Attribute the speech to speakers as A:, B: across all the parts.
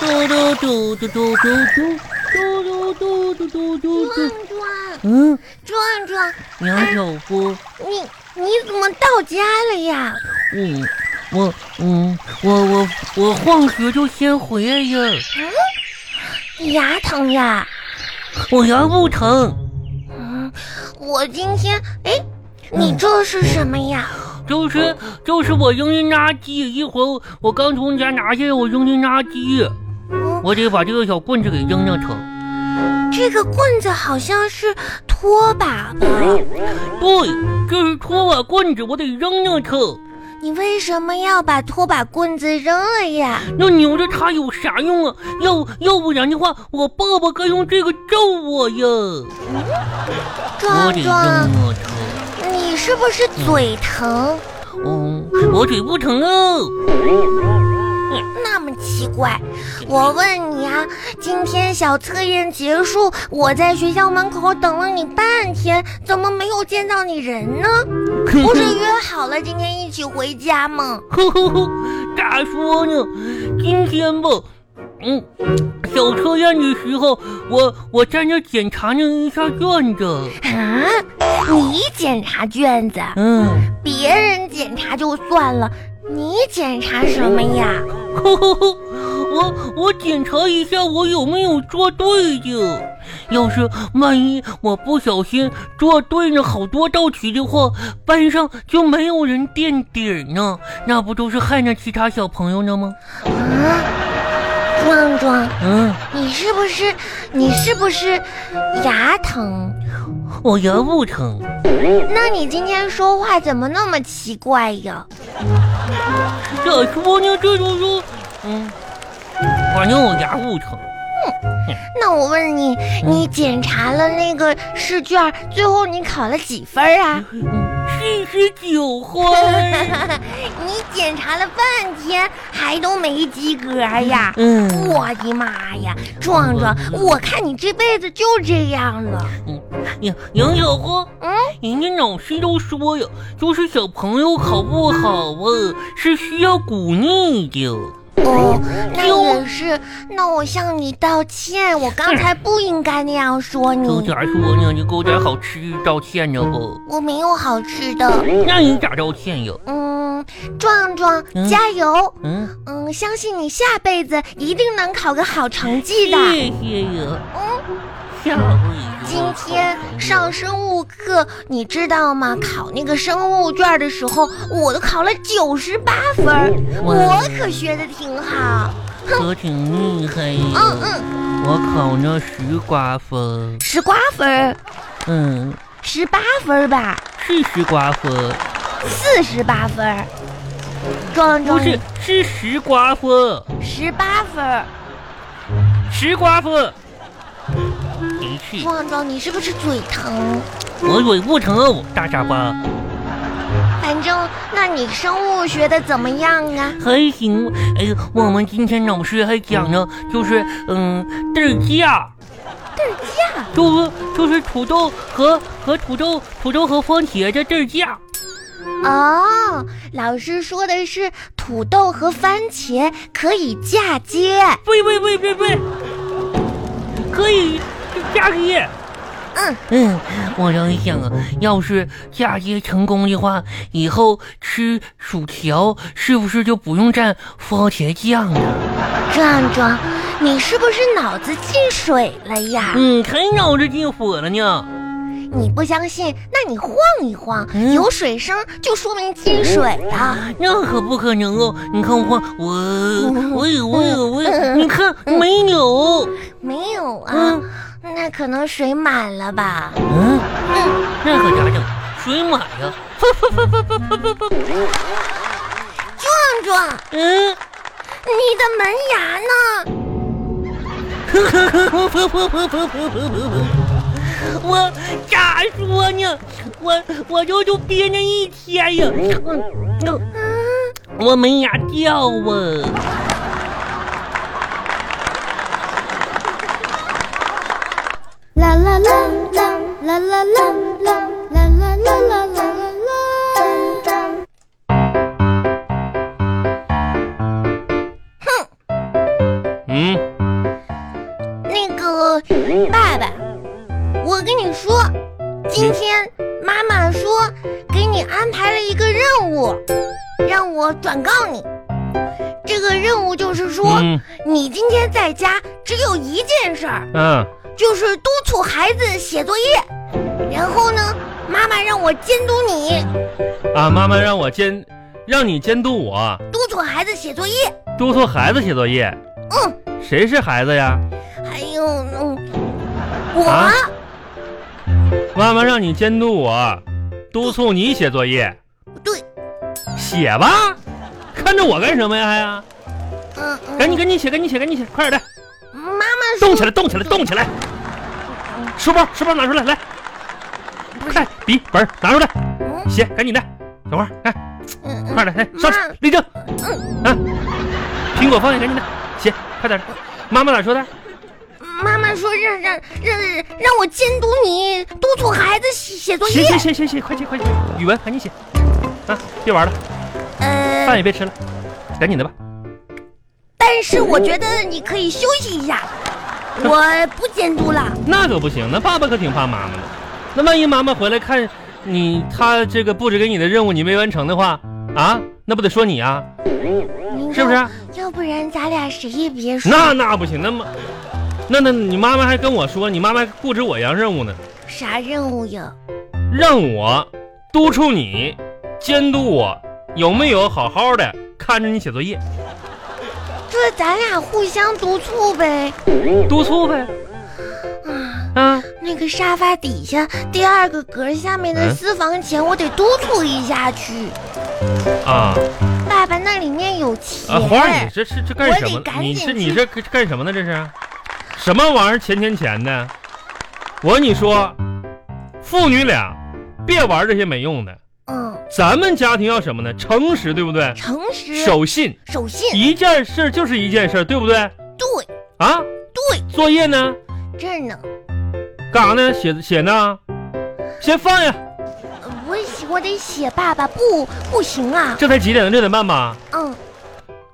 A: 嘟嘟嘟嘟嘟嘟嘟嘟嘟嘟嘟嘟嘟。
B: 壮壮，
A: 嗯，
B: 壮壮，
A: 杨小夫，
B: 你你怎么到家了呀？
A: 嗯，我嗯我我我放学就先回来呀，
B: 你牙疼呀？
A: 我牙不疼，
B: 嗯，我今天哎，你这是什么呀？
A: 就是就是我扔进垃圾，一会儿我刚从家拿下来，我扔进垃圾，
B: 嗯，
A: 我得把这个小棍子给扔上它。
B: 这个棍子好像是拖把吧？
A: 对，这是拖把棍子，我得扔上它。
B: 你为什么要把拖把棍子扔了呀？
A: 那扭着它有啥用啊？要要不然的话，我爸爸该用这个揍我呀！我
B: 壮
A: 得
B: 壮，
A: 扔了它。
B: 你是不是嘴疼？
A: 嗯，我腿不疼哦。
B: 那么奇怪，我问你啊，今天小测验结束，我在学校门口等了你半天，怎么没有见到你人呢？不是约好了今天一起回家吗？
A: 呵呵呵，咋说呢？今天吧，嗯，小测验的时候，我我在那检查了一下卷子。
B: 啊，你检查卷子，
A: 嗯，
B: 别人检查就算了，你检查什么呀？
A: 呵呵呵，我我检查一下我有没有做对的。要是万一我不小心做对了好多道题的话，班上就没有人垫底儿呢，那不都是害了其他小朋友了吗？
B: 啊，壮壮，
A: 嗯，
B: 你是不是你是不是牙疼？
A: 我牙不疼，
B: 那你今天说话怎么那么奇怪呀？
A: 咋说呢？这就是，嗯，反正我牙不疼。
B: 那我问你，你检查了那个试卷，最后你考了几分啊？
A: 四嗯十九分。
B: 你检查了半天，还都没及格呀！
A: 嗯，
B: 我的妈呀，壮壮，我看你这辈子就这样了。
A: 杨杨小花，
B: 嗯，
A: 人家老师都说呀，就是小朋友考不好啊，是需要鼓励的。
B: 哦，那也是，那我向你道歉，我刚才不应该那样说
A: 这
B: 你，
A: 咋说呢？你给我点好吃的道歉呢不？
B: 我没有好吃的。
A: 那你咋道歉呀？
B: 嗯，壮壮
A: 嗯，
B: 加油！
A: 嗯，
B: 嗯，相信你下辈子一定能考个好成绩
A: 谢
B: 的。嗯
A: 谢呀。下回
B: 今天上生物课，你知道吗？考那个生物卷的时候，我都考了九十八分儿，
A: 哇
B: 我可学的挺好。
A: 可挺厉害呀。
B: 嗯嗯，
A: 我考了十瓜分，
B: 十瓜分儿，
A: 嗯，
B: 十八分儿吧，
A: 是十瓜分，
B: 四十八分儿。壮
A: 不
B: 壮，
A: 是是十瓜分。
B: 十八分儿。
A: 吃瓜不？没去，
B: 壮壮，你是不是嘴疼？
A: 我嘴不疼哦，大傻瓜。
B: 反正，那你生物学的怎么样啊？
A: 还行，哎呦，我们今天老师还讲了，就是嗯，豆儿架，
B: 呀，
A: 就是就是土豆和和土豆土豆和番茄的豆儿啊架。
B: 哦，老师说的是土豆和番茄可以嫁接。
A: 喂喂喂喂喂，可以嫁接。
B: 嗯
A: 嗯，我在想啊，要是嫁接成功的话，以后吃薯条是不是就不用蘸番茄酱了？
B: 壮壮，你是不是脑子进水了呀？
A: 嗯，很脑子进火了呢。
B: 你不相信，那你晃一晃，
A: 嗯
B: 有水声就说明进水了。
A: 那可不可能哦！你看我，我，我有，我有，我有，你看没有？
B: 没有啊
A: 嗯，
B: 那可能水满了吧？
A: 嗯，
B: 嗯，
A: 那可咋整？水马呀！
B: 壮壮，
A: 嗯，
B: 你的门牙呢？
A: 我咋说呢？我我就就憋那一天呀，嗯我门牙掉啊！
C: 啦啦啦啦啦啦啦啦啦啦啦啦啦啦啦。
A: 嗯，
B: 呃，爸爸，我跟你说，
C: 嗯
B: 今天妈妈说给你安排了一个任务，让我转告你。这个任务就是说，
C: 嗯
B: 你今天在家只有一件事儿，
C: 嗯，
B: 就是督促孩子写作业。然后呢，妈妈让我监督你，
C: 啊，妈妈让我监，让你监督我，
B: 督促孩子写作业。
C: 督促孩子写作业。
B: 嗯，
C: 谁是孩子呀？
B: 还有，嗯，我、
C: 啊妈妈让你监督我，督促你写作业，
B: 对，
C: 写吧。看着我干什么呀？还呀，
B: 嗯嗯，
C: 赶紧赶紧写，赶紧写，赶紧写，快点的，
B: 妈妈说
C: 动起来，动起来，动起来！书包，书包拿出来，来，
B: 不是
C: 快，笔本儿拿出来，
B: 嗯
C: 写，赶紧的，等会儿，哎，
B: 嗯嗯
C: 快点，哎，上去
B: 妈，
C: 立正，
B: 嗯，
C: 啊，苹果放下，赶紧的，写，快点的。妈妈咋说的？
B: 妈妈说让让让让我监督你，督促孩子写写作
C: 写
B: 业。
C: 写写写写，快写快写！语文赶紧写，啊，别玩了，饭
B: 呃，
C: 也别吃了，赶紧的吧。
B: 但是我觉得你可以休息一下，
C: 哎
B: 我不监督了。
C: 那可不行，那爸爸可挺怕妈妈的。那万一妈妈回来看你，她这个布置给你的任务你没完成的话，啊，那不得说你啊？
B: 你
C: 是不是
B: 要？要不然咱俩谁也别说。
C: 那那不行，那么，那那你妈妈还跟我说，你妈妈还布置我一样任务呢，
B: 啥任务呀？
C: 让我督促你，监督我有没有好好的看着你写作业，
B: 这咱俩互相督促呗。
C: 督促呗。
B: 啊，
C: 啊，
B: 那个沙发底下第二个格下面的
C: 嗯
B: 私房钱，我得督促一下去。
C: 啊
B: 爸爸，那里面有钱。
C: 啊！花儿，你这是这干什
B: 我
C: 么
B: 得？赶
C: 你
B: 紧
C: 是你
B: 去
C: 这干什么呢？这是什么玩意儿？钱钱钱的！我跟你说，父女俩别玩这些没用的。
B: 嗯，
C: 咱们家庭要什么呢？诚实，对不对？
B: 诚实。
C: 守信，
B: 守信。
C: 一件事儿就是一件事儿，对不对？
B: 对
C: 啊，
B: 对，
C: 作业呢？
B: 这儿呢。
C: 干啥呢？写写呢？先放下，
B: 呃我写我得写爸爸不不行啊，
C: 这才几点呢？六点半吧。
B: 嗯，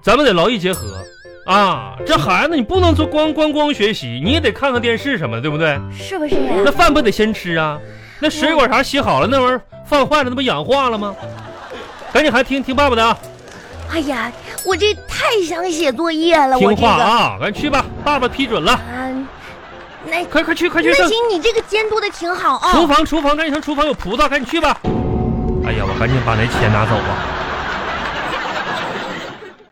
C: 咱们得劳逸结合啊！这孩子你不能说光光光学习，你也得看看电视什么的，对不对？
B: 是不是呀、
C: 那饭不得先吃啊？那水果啥洗好了，那玩意儿放坏了，那不氧化了吗？赶紧还听听爸爸的啊，
B: 哎呀，我这太想写作业了，我
C: 听
B: 这个
C: 话啊，赶紧去吧，爸爸批准了，
B: 啊，那
C: 快快去快去
B: 那
C: 上
B: 行，你这个监督的挺好啊、
C: 厨房厨房，赶紧上厨房有葡萄，赶紧去吧。哎呀，我赶紧把那钱拿走吧。